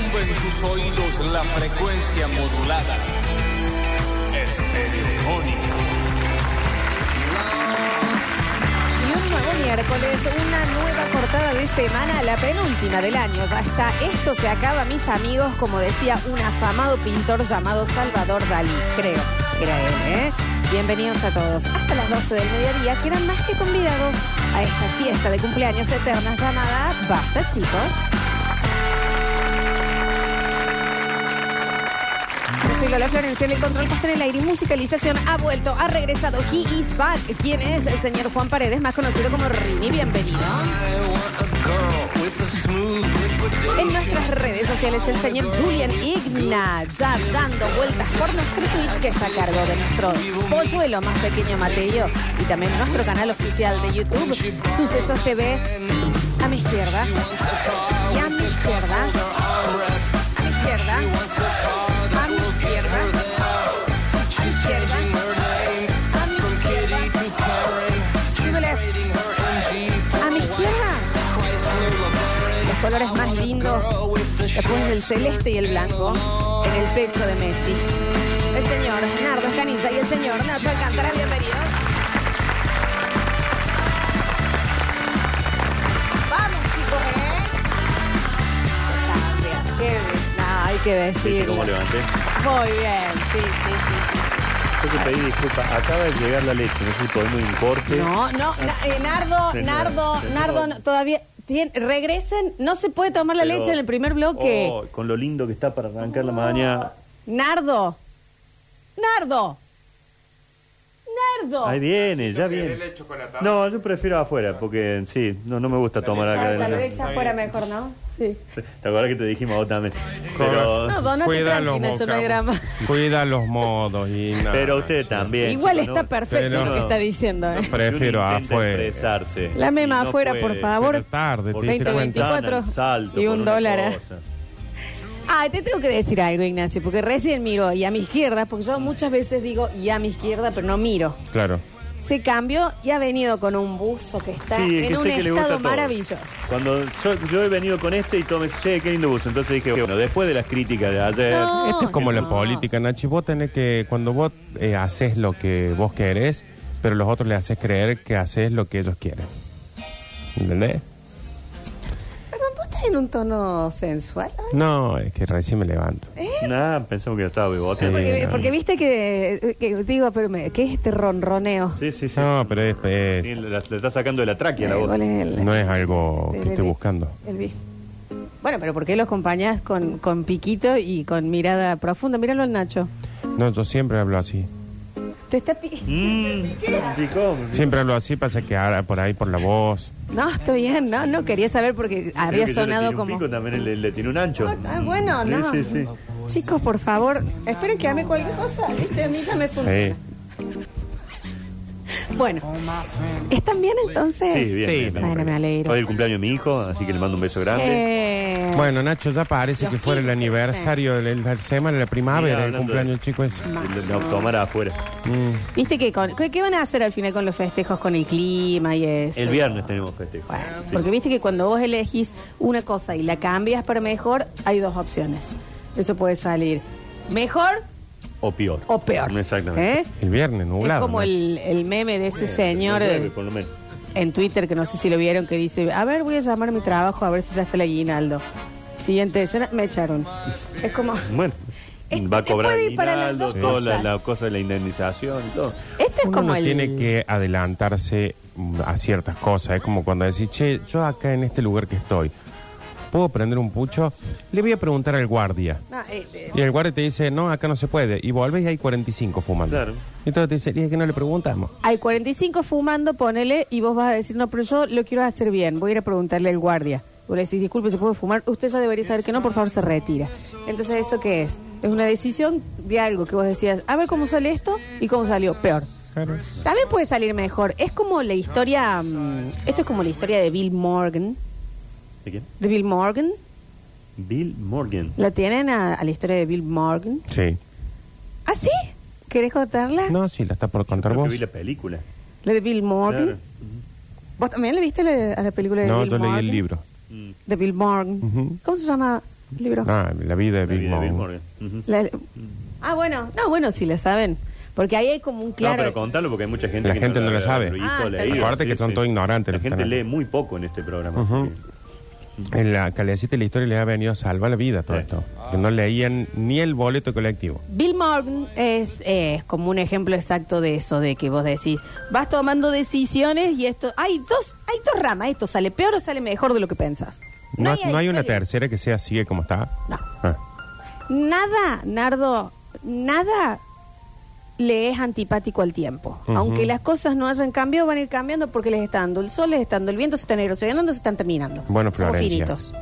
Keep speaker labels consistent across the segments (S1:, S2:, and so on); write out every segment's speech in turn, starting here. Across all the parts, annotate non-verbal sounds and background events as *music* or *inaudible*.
S1: tus oídos la frecuencia modulada. Estereofónica.
S2: Y un nuevo miércoles, una nueva cortada de semana, la penúltima del año. Ya está, esto se acaba, mis amigos, como decía un afamado pintor llamado Salvador Dalí, creo. Era él, ¿eh? Bienvenidos a todos. Hasta las 12 del mediodía quedan más que convidados a esta fiesta de cumpleaños eterna llamada Basta, chicos. Yo soy Lola Florencia, en el control que está en el aire y musicalización ha vuelto, ha regresado. He is back. ¿Quién es? El señor Juan Paredes, más conocido como Rini. Bienvenido. En nuestras redes sociales, el señor Julian Igna, ya dando vueltas por nuestro Twitch, que está a cargo de nuestro polluelo más pequeño, Mateo, y también nuestro canal oficial de YouTube, Sucesos TV, y a mi izquierda, y a mi izquierda, a mi izquierda, a mi izquierda, a mi izquierda, a mi izquierda, to the left, a mi izquierda los colores más lindos, después del celeste y el blanco, en el pecho de Messi. El señor Nardo Escanilla y el señor Nacho Alcántara, bienvenidos. Vamos, chicos, ¿eh? Patria, qué bien. Nah, hay que
S3: ¿Viste
S2: decir.
S3: cómo levanté?
S2: Muy bien, sí, sí, sí. sí.
S3: Yo te pedí disculpas. Acaba de llegar la leche. No sé si podemos un corte.
S2: No, no,
S3: Ah.
S2: na- eh, Nardo,
S3: Tengo-
S2: Nardo,
S3: tengo-
S2: Nardo, no, todavía. tien- regresen, no se puede tomar la
S3: Pero-
S2: leche en el primer bloque. Oh,
S3: Oh, con lo lindo que está para arrancar la mañana.
S2: Nardo. Nardo. Nardo. oh.
S3: Ahí viene, ya viene.
S4: ¿Querés chocolatado?
S3: No, yo prefiero afuera porque sí, no, no me gusta tomar acá.
S2: Ay,
S3: de la-
S2: Tal vez ya fuera mejor, ¿no? Sí.
S3: ¿Te acuerdas que te dijimos a vos también?
S2: No,
S3: Pero,
S2: donate
S4: Cuida los
S2: tranqui, Nacho, no hay
S4: vocablos.
S2: drama.
S4: *laughs* Cuida los modos y nada.
S3: pero usted también.
S2: Igual
S3: chicos,
S2: está
S3: ¿no?
S2: perfecto
S4: pero-
S2: lo que está diciendo, ¿eh?
S3: Si uno
S4: Prefiero
S3: intenta
S4: afuera.
S3: expresarse
S2: La mema
S3: y no
S2: afuera, por
S3: puede,
S2: favor.
S4: Pero es tarde, te
S3: porque
S4: diste
S3: te
S2: 20,
S4: cuenta.
S3: ventanan,
S2: 24
S3: salto
S2: y
S3: por
S2: un
S3: una
S2: dólar, ¿eh?
S3: cosa.
S2: Ah, te tengo que decir algo, Ignacio, porque recién miro y a mi izquierda, porque yo muchas veces digo y a mi izquierda, pero no miro.
S4: Claro.
S2: Se cambió y ha venido con un buzo que está
S3: Sí, es
S2: en
S3: que
S2: un
S3: sé que le gusta
S2: estado
S3: todo.
S2: maravilloso.
S3: Cuando yo, yo he venido con este y todo me dice, che, qué lindo buzo. Entonces dije, bueno, después de las críticas de ayer,
S2: No.
S4: Esto es como la
S2: no.
S4: política, Nachi. Vos tenés que, cuando vos eh, haces lo que vos querés, pero los otros le haces creer que haces lo que ellos quieren. ¿Entendés?
S2: Perdón, ¿vos estás en un tono sensual? hoy?
S4: No, es que recién me levanto.
S2: ¿Eh?
S3: nada, pensamos que estaba beboteando.
S4: Sí,
S2: Porque,
S4: no.
S2: porque viste que, que digo, pero me- ¿qué es este ronroneo?
S3: Sí, sí, sí.
S4: No, pero es- es-
S3: Sí, la- Le está sacando de la tráquea la
S2: Eh,
S3: voz.
S2: ¿cuál es el-
S4: no es algo
S2: el-
S4: que estoy
S2: el-
S4: buscando.
S2: el bis? Bueno, pero ¿por qué los acompañás con, con piquito y con mirada profunda? Míralo al Nacho.
S4: No, yo siempre hablo así.
S2: Te está pi-
S3: Mmm, picó. me picó.
S4: Siempre hablo así, pasa que ahora por ahí, por la voz.
S2: No, está bien, no, no quería saber porque había
S3: Creo que yo le
S2: sonado
S3: tiré un
S2: como.
S3: pico, también le, le tiré un ancho.
S2: Ah, bueno,
S3: Sí,
S2: no.
S3: sí, sí.
S2: Chicos, por favor, esperen que ame cualquier cosa, ¿viste? A mí ya me funciona.
S4: Sí.
S2: Bueno, ¿están bien entonces?
S3: Sí, bien.
S4: Sí.
S3: bien, bien.
S2: Bueno, me alegro.
S3: Hoy es el cumpleaños de mi hijo, así que le mando un beso grande.
S2: Eh,
S4: Bueno, Nacho, ya parece
S2: Los
S4: que fuera el
S2: 15,
S4: aniversario del del semana, la primavera,
S3: Mira,
S4: el
S3: hablando
S4: cumpleaños
S3: de-
S4: del chico ese.
S3: Le- le- tomar afuera.
S2: ¿Viste que con, qué, qué van a hacer al final con los festejos, con el clima y eso?
S3: El viernes tenemos festejo.
S2: Bueno, porque viste que cuando vos elegís una cosa y la cambias para mejor, hay dos opciones. Eso puede salir mejor
S3: O peor.
S2: o peor.
S3: Exactamente.
S2: ¿Eh?
S4: El viernes,
S2: Es
S4: nublado.
S2: como
S4: Nacho.
S2: el, el meme de ese señor
S3: Nueve, por lo menos.
S2: en Twitter, que no sé si lo vieron, que dice, a ver, voy a llamar a mi trabajo a ver si ya está el aguinaldo. Siguiente escena, me echaron. Es como... *laughs*
S3: Bueno,
S2: Esto
S3: va a
S2: te
S3: cobrar
S2: puede ir para las
S3: aguinaldo,
S2: dos
S3: toda la,
S2: cosas.
S3: la cosa de la indemnización y todo.
S2: Esto este es
S4: Uno
S2: como
S4: no
S2: el...
S4: tiene que adelantarse mm, a ciertas cosas. Es como cuando decís, che, yo acá en este lugar que estoy, ¿puedo prender un pucho? Le voy a preguntar al guardia.
S2: No, eh, eh,
S4: Y el guardia te dice, no, acá no se puede. Y volvés y hay 45 fumando.
S3: Claro.
S4: Y entonces te dice, ¿y es que no le preguntamos?
S2: Hay 45 fumando, ponele, y vos vas a decir, no, pero yo lo quiero hacer bien, voy a ir a preguntarle al guardia. Vos le decís, disculpe, ¿se puede fumar? Usted ya debería saber que no, por favor, se retira. Entonces, ¿eso qué es? Es una decisión de algo que vos decías, a ver cómo sale esto y cómo salió, peor.
S4: Claro.
S2: También puede salir mejor. Es como la historia, mm, esto es como la historia de Bill Morgan.
S3: ¿De quién?
S2: ¿De Bill Morgan?
S3: Bill Morgan.
S2: ¿La tienen a, a la historia de Bill Morgan?
S4: Sí.
S2: ¿Ah, sí? ¿Querés contarla?
S4: No, sí, la está por contar
S3: Creo que
S4: vos.
S3: vi la película.
S2: La de Bill Morgan.
S3: Claro.
S2: ¿Vos también le viste la- a la película de
S4: No,
S2: Bill
S4: yo leí
S2: Morgan?
S4: el libro.
S3: Mm.
S2: de Bill Morgan.
S4: Ujú.
S2: ¿Cómo se llama? El libro.
S4: Ah, la vida de
S3: La
S4: Big
S3: vida de Bill
S4: Mom.
S3: Morgan. Ujú.
S2: La- ah, bueno. No, bueno, si la saben. Porque ahí hay como un
S3: No,
S2: claro.
S3: pero contalo porque hay mucha gente
S4: La
S3: que
S4: gente no lo sabe.
S3: hizo
S2: Ah, está
S3: leído.
S2: bien.
S4: Aparte que son todos ignorantes
S3: La
S4: los que
S3: gente
S4: están
S3: lee
S4: acá.
S3: muy poco en este programa. así
S4: Ujú.
S3: que-
S4: En la calecita de la historia les ha venido a salvar la vida todo
S3: Sí.
S4: esto. Que no leían ni el boleto colectivo.
S2: Bill Morgan es, eh, es como un ejemplo exacto de eso, de que vos decís, vas tomando decisiones y esto, hay dos, hay dos ramas, esto sale peor o sale mejor de lo que pensás.
S4: No, no hay, una
S2: tercera.
S4: tercera que sea así eh, como está.
S2: No.
S4: Ah.
S2: Nada, Nardo, nada le es antipático al tiempo.
S4: Ujú.
S2: Aunque las cosas no hayan cambiado, van a ir cambiando porque les está dando el sol, les está dando el viento, se están erosionando, se están terminando.
S4: Bueno,
S2: Somos
S4: Florencia.
S2: finitos.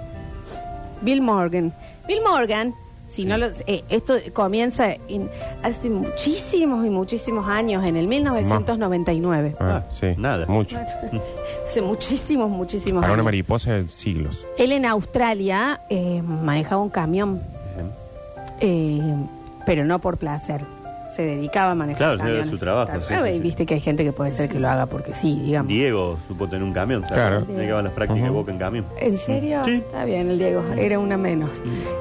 S2: Bill Morgan. Bill Morgan, si no lo, eh, esto comienza en- hace muchísimos y muchísimos años, en el 1999.
S4: Ah,
S3: Ah,
S4: sí.
S3: nada.
S4: Mucho.
S2: Hace muchísimos, muchísimos
S4: Para una
S2: años.
S4: mariposa de siglos.
S2: Él en Australia eh, manejaba un camión. Eh, pero no por placer. Se dedicaba a manejar
S3: Claro, era
S2: camiones.
S3: su trabajo, sí,
S2: Claro,
S3: sí,
S2: y
S3: sí.
S2: viste que hay gente que puede ser que lo haga porque sí, digamos.
S3: Diego supo tener un camión. ¿sabes?
S4: Claro.
S3: Llegaba a las prácticas de
S4: Ujú.
S3: boca en camión.
S2: ¿En serio?
S3: Sí.
S2: Está bien, el Diego, era una menos.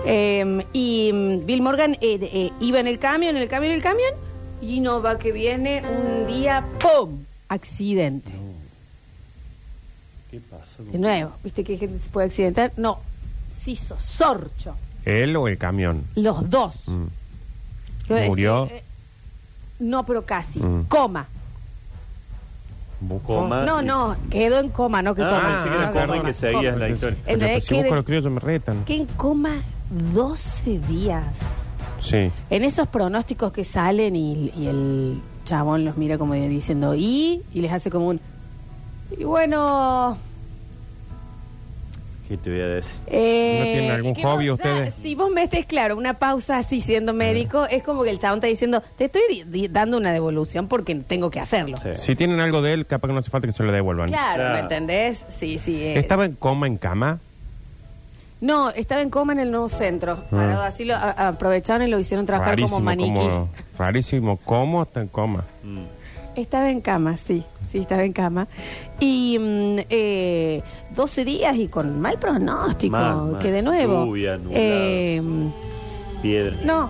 S2: Eh, y mm, Bill Morgan eh, de- eh, iba en el camión, en el camión, en el camión, y no va que viene un día, ¡pum! Accidente.
S3: ¿Qué pasó?
S2: De nuevo, viste que hay gente que se puede accidentar. No, se hizo sorcho.
S4: ¿Él o el camión?
S2: Los dos.
S4: Mm.
S2: Yo decía,
S4: Murió.
S2: eh, no, pero casi.
S4: Mm.
S2: Coma.
S4: Busco.
S3: Coma.
S2: No, no, quedó en coma, no que
S3: Ah,
S2: coma.
S3: pensé que
S2: no,
S3: era
S2: que
S3: coma y
S2: coma.
S3: que seguías la historia.
S4: Pero
S2: Entonces,
S4: si
S2: ¿qué
S4: busco
S2: de-
S4: los criollos me retan.
S2: Que en coma 12 días.
S4: Sí.
S2: En esos pronósticos que salen y, y el chabón los mira como diciendo, ¿y? Y les hace como un... Y bueno...
S3: ¿Qué te voy a decir?
S2: eh,
S4: ¿No tienen algún
S2: que vos
S4: hobby
S2: ya-
S4: ustedes?
S2: si vos metes, claro, una pausa así
S3: Ah.
S2: siendo médico, es como que el chabón está diciendo, te estoy di- di- dando una devolución porque tengo que hacerlo.
S3: Sí.
S4: Si tienen algo de él, capaz que no hace falta que se lo devuelvan.
S2: Claro, ¿me
S3: Claro.
S2: entendés? Sí, sí. eh,
S4: ¿Estaba en coma en cama?
S2: No, estaba en coma en el nuevo centro.
S3: Ah.
S2: Parado, así lo a- aprovecharon y lo hicieron trabajar como maniquí.
S4: cómo- rarísimo. ¿Cómo está en coma?
S3: Mm.
S2: Estaba en cama, sí, sí, estaba en cama. Y mm, eh, 12 días y con mal pronóstico,
S3: Mal, mal.
S2: que de nuevo...
S3: Lluvia, nublado.
S2: eh,
S3: Piedra.
S2: no,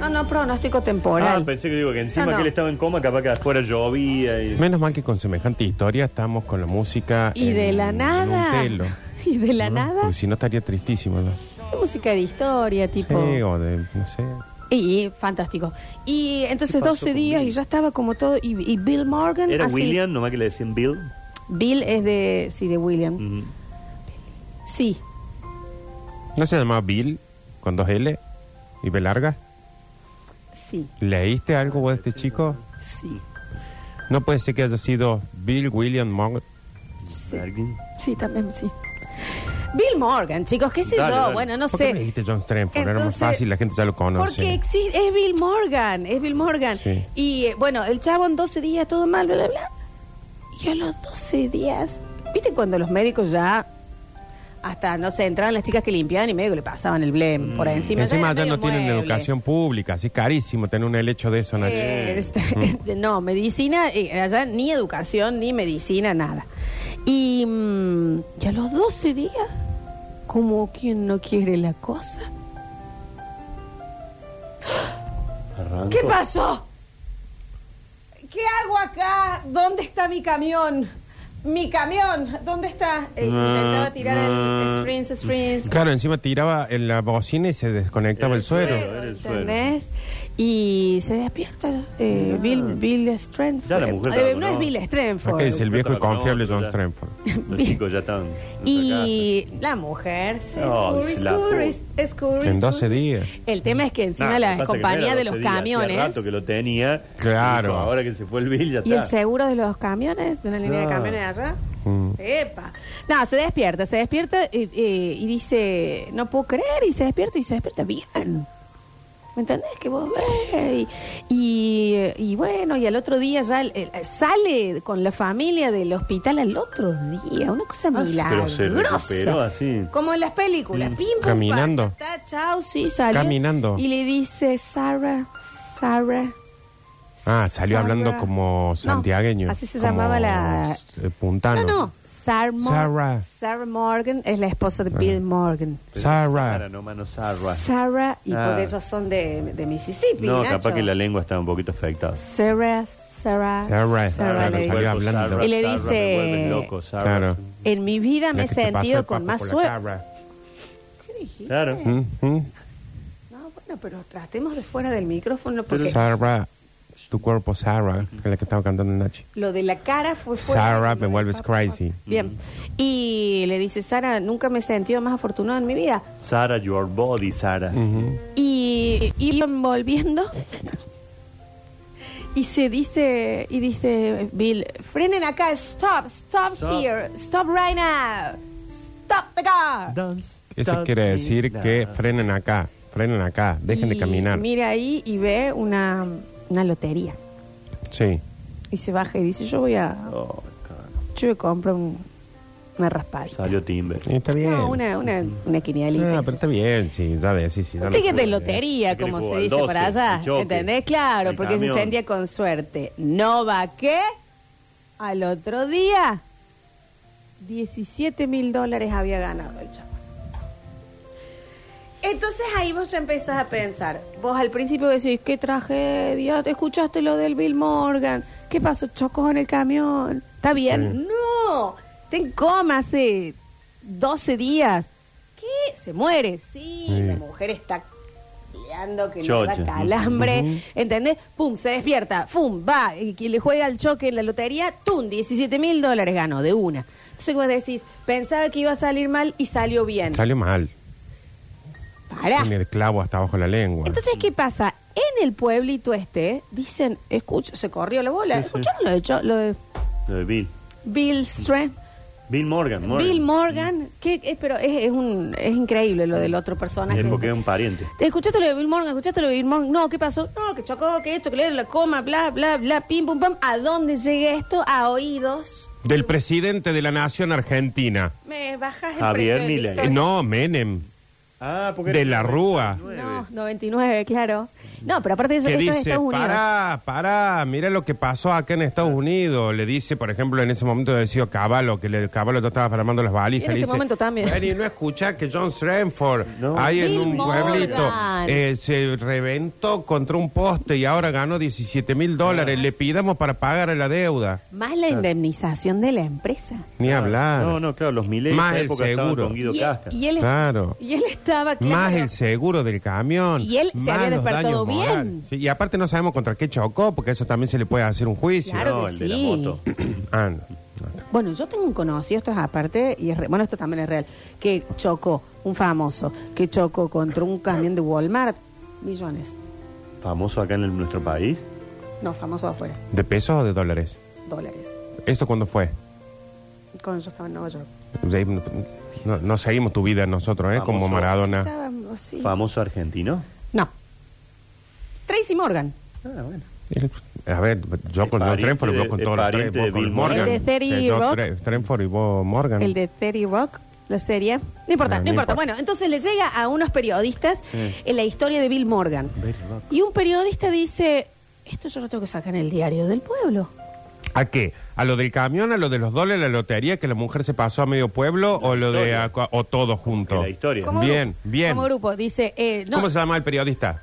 S2: no, no, pronóstico
S3: Ah,
S2: temporal.
S3: pensé que digo que encima
S2: No, no.
S3: que él estaba en coma, capaz que afuera llovía. Y...
S4: Menos mal que con semejante historia estamos con la música.
S2: y de
S4: en-
S2: la
S4: en un
S2: nada...
S4: telo.
S2: *laughs* Y de la
S3: Ah,
S4: ¿no?
S2: nada, Oh.
S4: Porque
S3: pues.
S4: si no estaría tristísimo. ¿no?
S2: música de historia, tipo...
S4: Sí, o de, no sé.
S2: Y, y fantástico. Y entonces
S3: pasó
S2: 12
S3: con
S2: días
S3: Bill?
S2: y ya estaba como todo. Y, y Bill Morgan.
S3: ¿Era
S2: así.
S3: William? Nomás que le decían Bill.
S2: Bill es de. Sí, de William.
S3: Mm.
S2: Sí.
S4: ¿No se llamaba Bill con dos L y B larga?
S2: Sí,
S4: ¿Leíste algo vos de este chico?
S2: sí,
S4: No puede ser que haya sido Bill William Morgan.
S2: sí,
S3: ¿Alguien?
S2: sí, también sí. Bill Morgan, chicos, qué sé
S3: Dale,
S2: yo,
S3: dale.
S2: bueno, no
S4: ¿Por qué me
S2: sé.
S4: dijiste John Strenford? Era más
S2: Entonces-
S4: fácil, la gente ya lo conoce.
S2: Porque exi- es Bill Morgan, es Bill Morgan.
S4: Sí.
S2: Y eh, bueno, el chavo en 12 días, todo mal, bla, bla, bla. Y a los 12 días, ¿viste cuando los médicos ya hasta, no sé, entraban las chicas que limpiaban y medio que le pasaban el blem por encima?
S4: Mm. Encima
S2: era
S4: ya no
S2: medio
S4: tienen
S2: mueble.
S4: educación pública, así carísimo tener un helecho de eso, Nacho.
S2: Eh, este, este, no, medicina, eh, allá ni educación, ni medicina, nada. Y, mm, y a los 12 días, como quien no quiere la cosa.
S3: Arrancó.
S2: ¿Qué pasó? ¿Qué hago acá? ¿Dónde está mi camión? Mi camión, ¿dónde está? Eh, intentaba tirar el sprint, sprint.
S4: Claro, encima tiraba en la bocina y se desconectaba el,
S3: El
S4: suero.
S3: suero. era el suero.
S2: ¿Entendés? Y se despierta eh, Bill, Bill Strenford.
S3: Ya la mujer
S2: Eh,
S3: la
S2: no es
S3: conoce.
S2: Bill Strenford.
S4: Acá dice el
S3: Yo
S4: viejo y
S3: estaba con
S4: confiable
S3: otro
S4: John
S3: ya.
S4: Strenford.
S3: Los chicos ya estaban.
S2: Y la mujer se
S3: Ay,
S2: escurre,
S3: se la
S2: escurre,
S3: puso.
S2: escurre,
S4: En 12
S2: escurre.
S4: días.
S2: El tema es que encima la compañía de los camiones
S3: Hace rato que lo tenía.
S4: Claro.
S3: Y dijo, ahora que se fue el Bill, ya
S2: y el
S3: está.
S2: seguro de los camiones, de una línea de
S3: Claro.
S2: camiones de allá.
S4: Mm.
S2: Epa. No, se despierta, se despierta eh, eh, y dice, no puedo creer, y se despierta y se despierta bien. ¿Me entendés? Que vos ves. Y, y, y bueno, y al otro día ya el- el- sale con la familia del hospital al otro día. Una cosa
S3: Ah, sí, pero se recuperó
S2: milagrosa.
S3: así.
S2: Como en las películas.
S3: Mm.
S2: Pim, pum,
S4: Caminando.
S2: pa, ya Está, chao, sí, salió.
S4: Caminando.
S2: Y le dice, Sara, Sara.
S4: Ah, salió
S2: Sara".
S4: hablando como
S2: No,
S4: santiagueño.
S2: así se
S4: como,
S2: llamaba la.
S4: eh, puntano.
S2: No, no. Sarah, Mor-
S4: Sarah.
S2: Sarah Morgan es la esposa de Bill Morgan.
S3: Sara,
S4: Sarah.
S3: no mano Sarah.
S2: Sarah, y
S3: Ah.
S2: porque ellos son de, de Mississippi.
S3: No,
S2: Nacho.
S3: capaz que la lengua está un poquito afectada.
S2: Sarah, Sarah,
S4: Sarah.
S2: Sarah, le
S4: Sarah, Sarah.
S2: dice.
S4: Salió hablando.
S2: Y le dice-
S3: me vuelves loco, Sarah.
S4: Claro.
S2: En mi vida me he sentido con más suerte. ¿Qué dijiste?
S3: Claro.
S2: No, bueno, pero tratemos de fuera del micrófono porque
S4: Sarah. Tu cuerpo, Sarah, que es la que estaba cantando Nachi.
S2: lo de la cara fue fuera.
S4: Sarah,
S2: de-
S4: me vuelves crazy.
S2: Bien. Y le dice, Sara, nunca me he sentido más afortunada en mi vida.
S3: Sara, your body, Sara.
S4: Mm.
S2: y, y lo envolviendo. Y se dice, y dice Bill, frenen acá, stop, stop,
S3: Stop.
S2: here, stop right now, stop the car.
S3: Dance,
S4: Eso
S3: dance,
S4: quiere decir
S3: dance.
S4: que frenen acá, frenen acá, dejen de
S2: Y
S4: caminar.
S2: Mira ahí y ve una, una lotería.
S4: Sí.
S2: Y se baja y dice, yo voy a,
S3: Oh, cara,
S2: yo compro un, una raspadita.
S3: Salió Timber.
S4: Y Está bien.
S2: No, una, una, una quinielita.
S4: Ah, pero está bien, sí, ya decís. sí, ya
S2: Un
S4: lo
S2: ticket de
S4: puedo,
S2: lotería,
S3: Ticket
S2: como
S3: de
S2: se
S3: Cuba,
S2: dice
S3: el 12,
S2: para allá.
S3: el choque,
S2: ¿Entendés? Claro,
S3: el
S2: porque se
S3: camión.
S2: sentía con suerte. No va que al otro día 17 mil dólares había ganado el chaval. Entonces ahí vos ya empezás a pensar. Vos al principio decís, qué tragedia, ¿Te escuchaste lo del Bill Morgan, ¿qué pasó? Chocó en el camión. ¿Está bien? No, está en coma hace 12 días. ¿Qué? Se muere. Sí,
S4: Sí.
S2: la mujer está leando que le
S3: Chocha.
S2: da calambre. ¿Entendés? Pum, se despierta. Pum, va. Y que le juega al choque en la lotería. Tum, 17 mil dólares ganó de una. Entonces vos decís, pensaba que iba a salir mal y salió bien.
S4: Salió mal.
S2: Pará.
S4: Tiene el clavo hasta abajo de la lengua.
S2: Entonces, ¿qué pasa? En el pueblito este, dicen, escucha, se corrió la bola.
S3: Sí, sí.
S2: ¿Escucharon lo de, cho- lo de
S3: Lo de Bill.
S2: Bill Strand?
S3: Bill Morgan. Morgan.
S2: Bill Morgan, que es, pero es, es un, es increíble lo del otro personaje.
S3: Es porque es un pariente.
S2: ¿Te escuchaste lo de Bill Morgan? ¿Escuchaste lo de Bill Morgan? No, ¿qué pasó? No, que chocó, que esto, que le dio la coma, bla, bla, bla, pim, pum, pam. ¿A dónde llega esto? A oídos.
S4: Del presidente de la nación argentina.
S2: Me bajas el precio
S3: Javier
S2: de
S3: Milei.
S4: Eh,
S2: Victoria.
S4: No, Menem.
S3: Ah, porque.
S4: De la Rúa.
S2: No, 99, claro. No, pero aparte de eso,
S4: Que
S2: esto es
S4: dice,
S2: Estados Unidos.
S4: pará, pará, mira lo que pasó acá en Estados Unidos. Le dice, por ejemplo, en ese momento le decía Caballo, que le, Caballo te estaba armando las valijas.
S2: Y en
S4: le
S2: este
S4: dice,
S2: momento también.
S4: "Ven y no escuchá que John Strenford,
S3: No.
S4: ahí en
S2: Bill
S4: un
S2: Morgan.
S4: pueblito, eh, se reventó contra un poste y ahora ganó 17 mil
S3: Ah.
S4: dólares. Le pidamos para pagar la deuda.
S2: Más la indemnización de la empresa.
S4: Ni hablar.
S3: Ah, No, no, claro, los miles
S4: Más
S3: de
S4: el
S3: época estaban
S4: seguro.
S3: con Guido
S2: Y,
S3: Casca.
S2: y él,
S4: Claro.
S2: y él estaba claro.
S4: Más el seguro del camión.
S2: Y él se
S4: más
S2: había
S4: los
S2: despertado
S4: daños
S2: bien.
S4: morales. Sí, y aparte no sabemos contra qué chocó, porque eso también se le puede hacer un juicio.
S2: Claro
S3: no,
S2: que
S3: el de la
S2: sí.
S3: moto.
S4: *clears throat* Ah, no.
S2: Bueno, yo tengo un conocido, esto es aparte, y es re- bueno, esto también es real, que chocó, un famoso, que chocó contra un camión de Walmart, millones.
S3: Famoso acá en el- nuestro país.
S2: No, famoso afuera,
S4: ¿De pesos o de dólares?
S2: dólares.
S4: ¿Esto cuándo fue?
S2: Cuando yo estaba en Nueva York.
S4: Ya, No, no seguimos tu vida nosotros, ¿eh? Como
S3: Famoso.
S4: Maradona.
S2: Estaba mm, así.
S3: Famoso argentino.
S2: No. Tracy Morgan.
S3: Ah, bueno.
S4: A ver, yo con
S3: El
S4: John
S3: pariente
S4: Trenford y vos con
S3: de-
S4: todos
S3: el
S4: los
S3: pariente
S4: tres, vos
S3: de
S4: con
S3: Bill
S4: Morgan.
S2: Morgan. El de Thirty
S4: O sea, yo
S2: Rock.
S4: Tre- Trenford y vos Morgan.
S2: El de 30 Rock, la serie. No importa,
S4: Ah,
S2: no,
S4: no
S2: importa.
S4: importa.
S2: Bueno, entonces le llega a unos periodistas
S3: Sí.
S2: en la historia de Bill Morgan.
S3: Bill Morgan.
S2: Y un periodista dice, esto yo lo tengo que sacar en el diario del pueblo.
S4: ¿A qué? ¿A lo del camión, a lo de los dólares, la lotería, que la mujer se pasó a medio pueblo o lo de...
S3: historia.
S4: acua- o todo junto?
S3: La historia.
S2: Como
S4: Bien,
S2: grupo,
S4: bien.
S2: Como grupo, dice, eh, no,
S4: ¿Cómo se llama el periodista?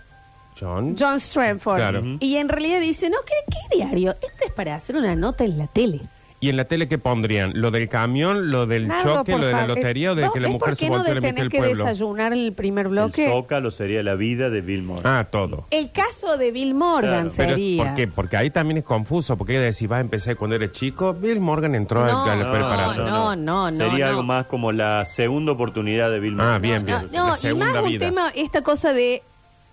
S4: John.
S2: John Stranford.
S4: Claro.
S2: Y en realidad dice, no, ¿qué, ¿qué diario? Esto es para hacer una nota en la tele.
S4: ¿Y en la tele qué pondrían? ¿Lo del camión, lo del
S2: Nardo,
S4: choque,
S2: por
S4: lo de la
S2: favor.
S4: lotería o de
S2: ¿Vos
S4: que la
S2: ves
S4: mujer
S2: por qué
S4: se
S2: no
S4: volteó y le
S2: tenés
S4: metió el
S2: que
S4: pueblo?
S2: desayunar en el primer
S3: El
S2: bloque?
S3: Zócalo sería la vida de Bill Morgan.
S4: Ah, todo.
S2: El caso de Bill Morgan
S3: Claro.
S4: Pero,
S2: sería.
S4: ¿Por qué? Porque ahí también es confuso, porque decir, va, empecé cuando eres chico, Bill Morgan entró
S2: No,
S4: a la
S2: no,
S4: preparatoria.
S2: no, no, no,
S3: Sería
S2: no.
S3: algo más como la segunda oportunidad de Bill Morgan.
S4: Ah, bien,
S2: No, no,
S4: bien. La
S2: y más
S4: segunda
S2: un
S4: vida.
S2: tema, esta cosa de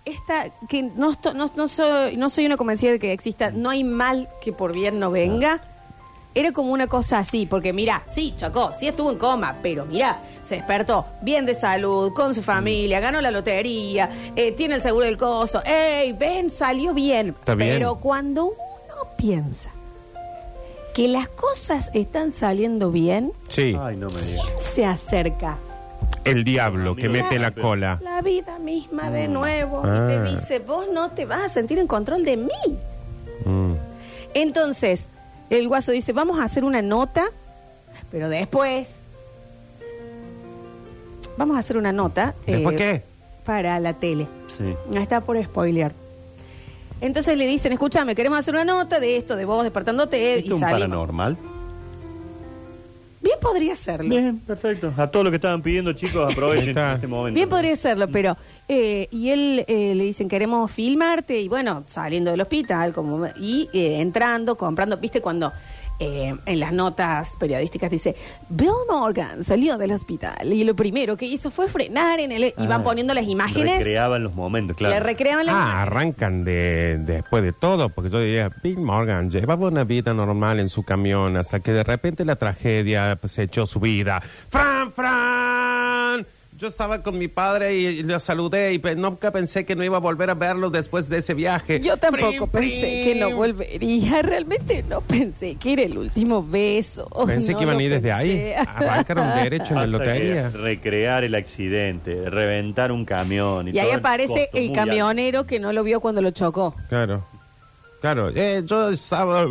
S2: esta que no, esto- no, no soy, no soy una convencida de que exista, no hay mal que por bien no venga. Era como una cosa así, porque mira, sí, chocó, sí estuvo en coma, pero mira, se despertó bien de salud, con su
S4: Mm.
S2: familia, ganó la lotería, eh, tiene el seguro del coso, ¡ey, ven, salió bien!
S4: Está bien.
S2: Pero cuando uno piensa que las cosas están saliendo bien,
S4: Sí,
S3: Ay, no me digas.
S2: se acerca
S4: el diablo que
S3: Amigo.
S4: mete la cola.
S2: la vida misma de nuevo
S4: Ah.
S2: y te dice, vos no te vas a sentir en control de mí.
S4: Mm.
S2: Entonces, el guaso dice, vamos a hacer una nota Pero después. Vamos a hacer una nota. eh,
S4: ¿Después qué?
S2: Para la tele.
S3: Sí.
S2: No está por spoilear. Entonces le dicen, escúchame, queremos hacer una nota de esto, de vos despertándote
S3: ¿Esto
S2: y
S3: es un
S2: salimos.
S3: paranormal?
S2: Bien podría serlo. Bien,
S3: Bien, perfecto. A todos los que estaban pidiendo, chicos,
S4: Ahí
S3: aprovechen
S4: está.
S3: este momento.
S2: podría serlo, pero... eh, y él eh, le dicen, queremos filmarte y bueno, saliendo del hospital como y eh, entrando, comprando, viste cuando... eh, en las notas periodísticas dice Bill Morgan salió del hospital y lo primero que hizo fue frenar en el y van
S3: Ah,
S2: poniendo las imágenes
S3: Recreaban los momentos,
S2: le
S3: claro.
S2: recreaban las
S4: Ah,
S2: imágenes.
S4: arrancan de, después de todo, porque yo diría, Bill Morgan llevaba una vida normal en su camión hasta que de repente la tragedia pues, echó su vida. ¡Fran, Fran! Yo estaba con mi padre y lo saludé y pe- nunca pensé que no iba a volver a verlo después de ese viaje.
S2: Yo tampoco
S4: Prim,
S2: pensé
S4: prim.
S2: que no volvería, *laughs* realmente no pensé que era el último beso. *laughs*
S4: Pensé
S2: No
S4: que iban
S2: lo
S4: a ir desde ahí.
S2: pensé.
S4: Arrancaron
S2: *laughs*
S4: derecho en la
S3: Pasa
S4: lotería.
S3: que Recrear el accidente, reventar un camión. Y,
S2: *laughs* Y ahí
S3: todo
S2: aparece
S3: costó
S2: el
S3: muy
S2: camionero que no lo vio cuando lo chocó.
S4: Claro. Claro. Eh, yo estaba.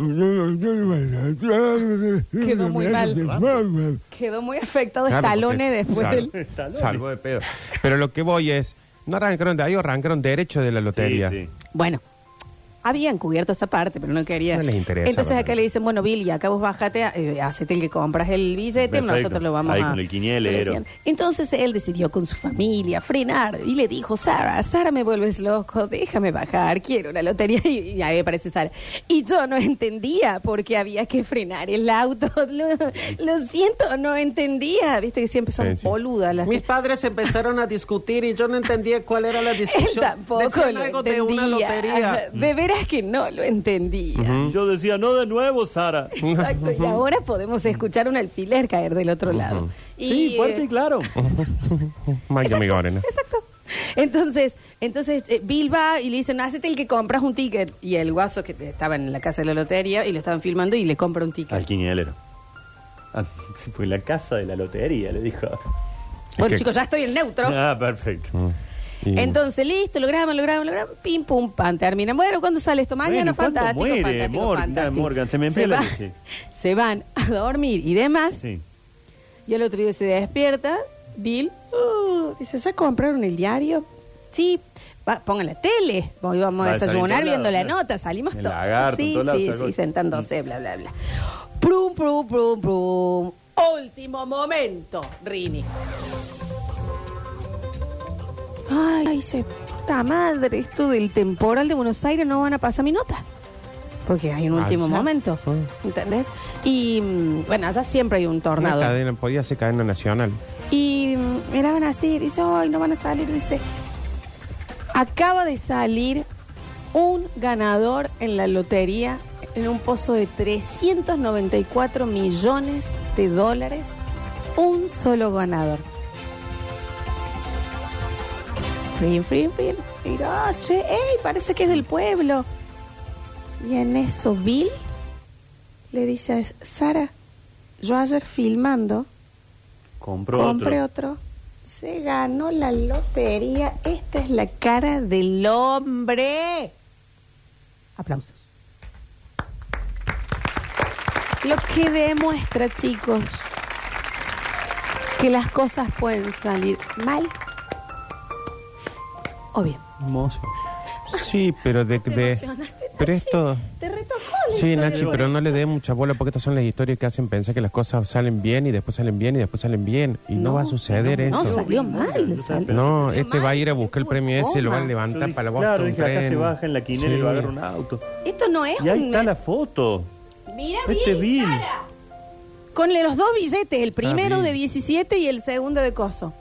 S4: Quedó
S2: muy mal. Quedó muy afectado
S4: Claro,
S2: Stallone
S4: porque-
S2: después
S4: salvo-
S2: del...
S3: Stallone.
S4: Salvo de pedo. Pero lo que voy es, no arrancaron de ahí, arrancaron derecho de la
S3: alto. Sí,
S4: lotería.
S3: sí.
S2: Bueno, habían cubierto esa parte, pero no quería.
S4: No les interesa,
S2: Entonces acá
S4: bueno.
S2: le dicen, bueno, Bill, y acá vos bájate, eh, hacete el que compras el billete,
S3: Perfecto.
S2: nosotros lo vamos
S3: Ahí
S2: a...
S3: con el quinielero.
S2: Sí, le decían. Entonces él decidió con su familia frenar y le dijo, Sara, Sara, me vuelves loco, déjame bajar, quiero una lotería. *laughs* Y, y ahí aparece Sara. Y yo no entendía por qué había que frenar el auto. *laughs* Lo, lo siento, no entendía. Viste que siempre son
S4: Sí, sí.
S2: boludas las...
S5: Mis padres empezaron a discutir y yo no entendía cuál era la discusión.
S2: *laughs* Él tampoco
S5: Decían
S2: lo
S5: algo
S2: entendía.
S5: de una lotería.
S2: De veras que no lo entendía.
S3: Y yo decía, no de
S2: *laughs*
S3: nuevo, Sara.
S2: Exacto, y ahora podemos escuchar un alfiler caer del otro lado. Y,
S3: sí, fuerte y
S2: eh,
S4: *laughs*
S3: claro.
S4: Mike Migorena.
S2: entonces, entonces eh, Bill va y le dicen, hacete el que compras un ticket. Y el guaso que estaba en la casa de la lotería y lo estaban filmando y le compra un ticket.
S3: Al quinielero. Ah, *laughs* sí, pues la casa de la lotería, le dijo.
S2: bueno,
S4: que-
S2: chicos, ya estoy en neutro.
S3: Ah, perfecto.
S4: Mm. Y-
S2: Entonces, listo, lo graban, lo graban, lo graban, pim, pum, pan, termina. Bueno, ¿cuándo sale esto? Mañana,
S3: Bueno, ¿cuándo
S2: fantástico,
S3: muere
S2: fantástico,
S3: Morgan?
S2: fantástico.
S3: Morgan, se me enfría la
S2: va-
S3: leche.
S2: *laughs* se van a dormir y demás.
S3: Sí.
S2: Y al otro día se despierta, Bill, "Uh", dice, ¿ya compraron el diario? Sí, Va, pongan la tele, Hoy vamos a
S3: Va a salir
S2: desayunar
S3: en
S2: viendo
S3: todos
S2: la
S3: lados, ¿no?
S2: nota, salimos
S3: El
S2: todos.
S3: lagarto, en
S2: sí,
S3: todos lados mm.
S2: sí,
S3: sacó-
S2: sí, sentándose, bla, bla, bla. Prum, prum, prum, prum. Último momento, Rini. Ay, ay, se puta madre, esto del temporal de Buenos Aires no van a pasar mi nota. Porque hay un último
S4: Allá.
S2: momento,
S3: Ah.
S4: Mm.
S2: ¿entendés? Y mm, bueno, allá siempre hay un
S4: Una
S2: tornado.
S4: cadena, podía ser cadena nacional.
S2: Y mm, miraban así, dice, ay, no van a salir, dice, acaba de salir un ganador en la lotería en un pozo de 394 millones de dólares, un solo ganador. Frin, frin, frin. Mirá, che, ey, parece que es del pueblo. Y en eso Bill le dice a Sara, yo ayer filmando,
S3: Compró
S2: Compré
S3: otro.
S2: otro. Se ganó la lotería. Esta es la cara del hombre. Aplausos. Lo que demuestra, chicos, que las cosas pueden salir mal o bien.
S3: Hermoso.
S4: Sí, pero de.
S2: ¿Te
S4: de-
S2: emocionaste,
S4: pero
S2: Nachi?
S4: esto.
S2: Te retocó. la
S4: Sí,
S2: historia
S4: Nachi,
S2: de
S4: pero no
S2: Brasil.
S4: le dé mucha bola porque estas son las historias que hacen pensar que las cosas salen bien y después salen bien y después salen bien. Y no, va a suceder
S2: no, No,
S4: eso.
S2: salió mal.
S3: No,
S2: salió-
S4: No,
S2: salió
S4: este
S2: mal,
S4: va a ir a buscar el
S2: estuvo
S4: premio
S2: en
S4: ese, lo van
S2: coma.
S4: a
S3: Yo
S4: levantar
S3: dije,
S4: para Boston.
S3: claro, dije, acá
S4: tren.
S3: se baja en la quinera y
S4: Sí.
S3: lo agarra un auto.
S2: Esto no es
S3: Y ahí
S2: un-
S3: está la foto.
S2: Mira
S3: Este
S2: Bill,
S3: Bill.
S2: Sara. Con los dos billetes, el primero
S4: Bill.
S2: de 17 y el segundo de coso.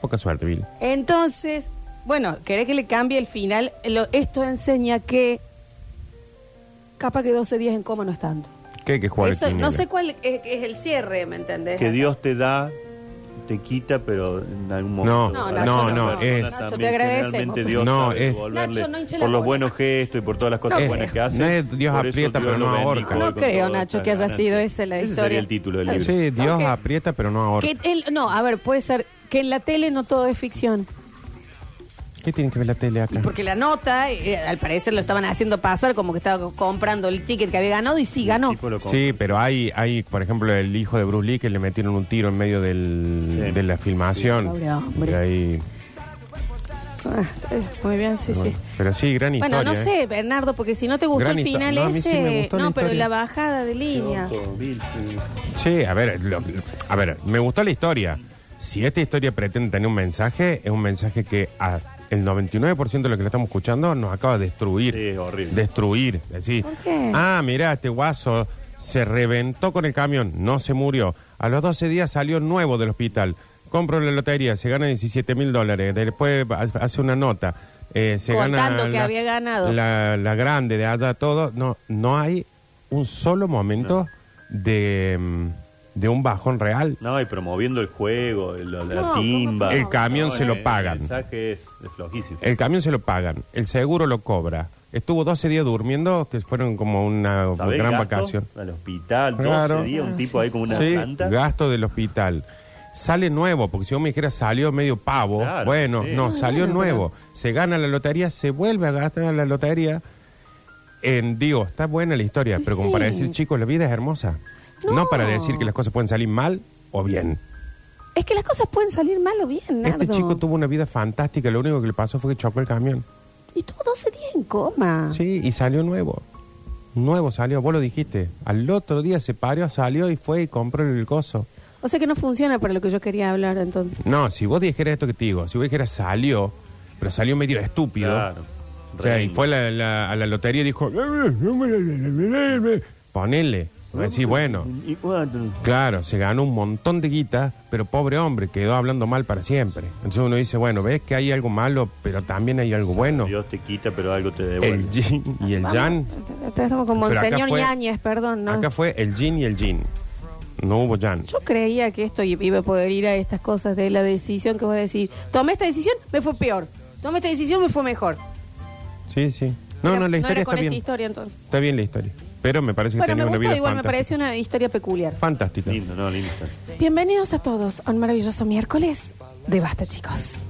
S4: Poca suerte, Bill.
S2: Entonces, bueno, querés que le cambie el final. Lo- esto enseña que capaz que 12 días en coma no es tanto.
S4: ¿Qué hay que jugar al
S2: Eso- no
S4: quiniela?
S2: sé cuál es, es el cierre, ¿me entendés?
S3: Que Dios te da, te quita, pero en algún
S4: No,
S3: momento.
S4: No,
S3: Algunas
S4: Nacho, no, no,
S3: personas
S4: es-
S2: Nacho, te
S3: también
S2: agradecemos,
S3: generalmente
S2: pero-
S3: Dios
S4: No,
S3: sabe
S4: es-
S3: devolverle
S2: Nacho, no hinche la
S3: por los
S2: bola.
S3: buenos gestos y por todas las cosas
S4: No
S3: buenas
S4: creo.
S3: que hace.
S4: No es Dios aprieta, pero no ahorca.
S2: No creo, Nacho, que haya sido esa la
S3: Ese sería
S2: historia.
S3: el título del libro.
S4: Sí, Dios
S2: Ok.
S4: aprieta, pero no ahorca.
S2: Que el- no, a ver, puede ser que en la tele no todo es ficción.
S4: ¿Qué tiene que ver la tele
S2: Y
S4: acá?
S2: porque la nota, eh, al parecer lo estaban haciendo pasar como que estaba co- comprando el ticket que había ganado y sí ganó.
S3: Tipo lo
S4: Sí, pero hay, hay, por ejemplo, el hijo de Bruce Lee que le metieron un tiro en medio del-
S3: Sí.
S4: de la filmación.
S2: Pobre hombre.
S4: Y ahí-
S2: Ah, eh, Muy bien, sí, sí.
S4: Pero sí, gran historia.
S2: Bueno, no
S4: ¿eh?
S2: sé, Bernardo, porque si no te gustó
S4: Gran
S2: el
S4: histo-
S2: final
S4: no, a mí
S2: ese,
S4: sí me gustó la
S2: no, pero
S4: historia.
S2: la bajada de línea.
S4: Sí, a ver, lo- a ver, me gustó la historia. Si esta historia pretende tener un mensaje, es un mensaje que a el 99% de lo que lo estamos escuchando nos acaba de destruir.
S3: Sí, es horrible.
S4: Destruir. Decir,
S2: ¿Por qué?
S4: ah, mirá, este guaso se reventó con el camión, no se murió. A los 12 días salió nuevo del hospital. Compro la lotería, se gana 17 mil dólares. Después ha- hace una nota. eh, se
S2: Contando
S4: gana
S2: que había ganado.
S4: La, la grande de allá, todo. No, no hay un solo momento de, mm, de un bajón real.
S3: No, y promoviendo el juego, el- la, la
S2: No, ¿cómo
S3: timba.
S2: no?
S4: El camión se lo
S3: el-
S4: pagan.
S3: El mensaje es, es flojísimo.
S4: El camión se lo pagan, el seguro lo cobra. Estuvo 12 días durmiendo, que fueron como una
S3: ¿Sabés,
S4: gran
S3: gasto?
S4: vacación.
S3: Al hospital, 12
S4: Claro.
S3: días,
S2: Ah,
S3: un tipo ahí con una
S4: Sí,
S3: planta.
S4: gasto del hospital. Sale nuevo, porque si vos me dijeras salió medio pavo,
S3: Claro,
S4: bueno,
S3: sí.
S4: no, salió nuevo. Se gana la lotería, se vuelve a gastar la lotería. En, digo, está buena la historia, pero como
S2: Sí.
S4: para decir, chicos, la vida es hermosa. No.
S2: No.
S4: para decir que las cosas pueden salir mal o bien.
S2: Es que las cosas pueden salir mal o bien, Nardo.
S4: Este chico tuvo una vida fantástica, lo único que le pasó fue que chocó el camión.
S2: Y tuvo 12 días en coma.
S4: Sí, y salió nuevo. Nuevo salió, vos lo dijiste. Al otro día se parió, salió y fue y compró el coso.
S2: O sea que no funciona para lo que yo quería hablar entonces.
S4: No, si vos dijeras esto que te digo, si vos dijeras salió, pero salió medio estúpido.
S3: Claro.
S4: O sea, y fue a la, la- a la lotería y dijo, "Eh, ponele. Vos decís, bueno,
S3: Y cuando-
S4: claro, se ganó un montón de guita, pero pobre hombre, quedó hablando mal para siempre. Entonces uno dice, bueno, ves que hay algo malo, pero también hay algo bueno.
S3: Dios te quita, pero algo te
S4: El
S3: devuelve.
S4: yin y el yang.
S2: Entonces Estamos con
S4: Pero acá
S2: Monseñor
S4: fue-
S2: Ñañez, perdón, ¿no?
S4: Acá fue el yin y el yin. No hubo yang.
S2: Yo creía que esto iba a poder ir a estas cosas de la decisión que voy a decir. Tomé esta decisión, me fue peor. Tomé esta decisión, me fue mejor.
S4: Sí, sí. No,
S2: Era-
S4: no, la
S2: era
S4: historia
S2: con
S4: está bien.
S2: esta historia entonces.
S4: Está bien la historia. Pero me parece que
S2: Bueno, me
S4: tenía una
S2: gustó,
S4: vida
S2: igual me
S4: fantástica.
S2: pareció una historia peculiar.
S4: Fantástica.
S3: Lindo, no, lindo. está.
S2: Bienvenidos a todos a un maravilloso miércoles de Basta, chicos.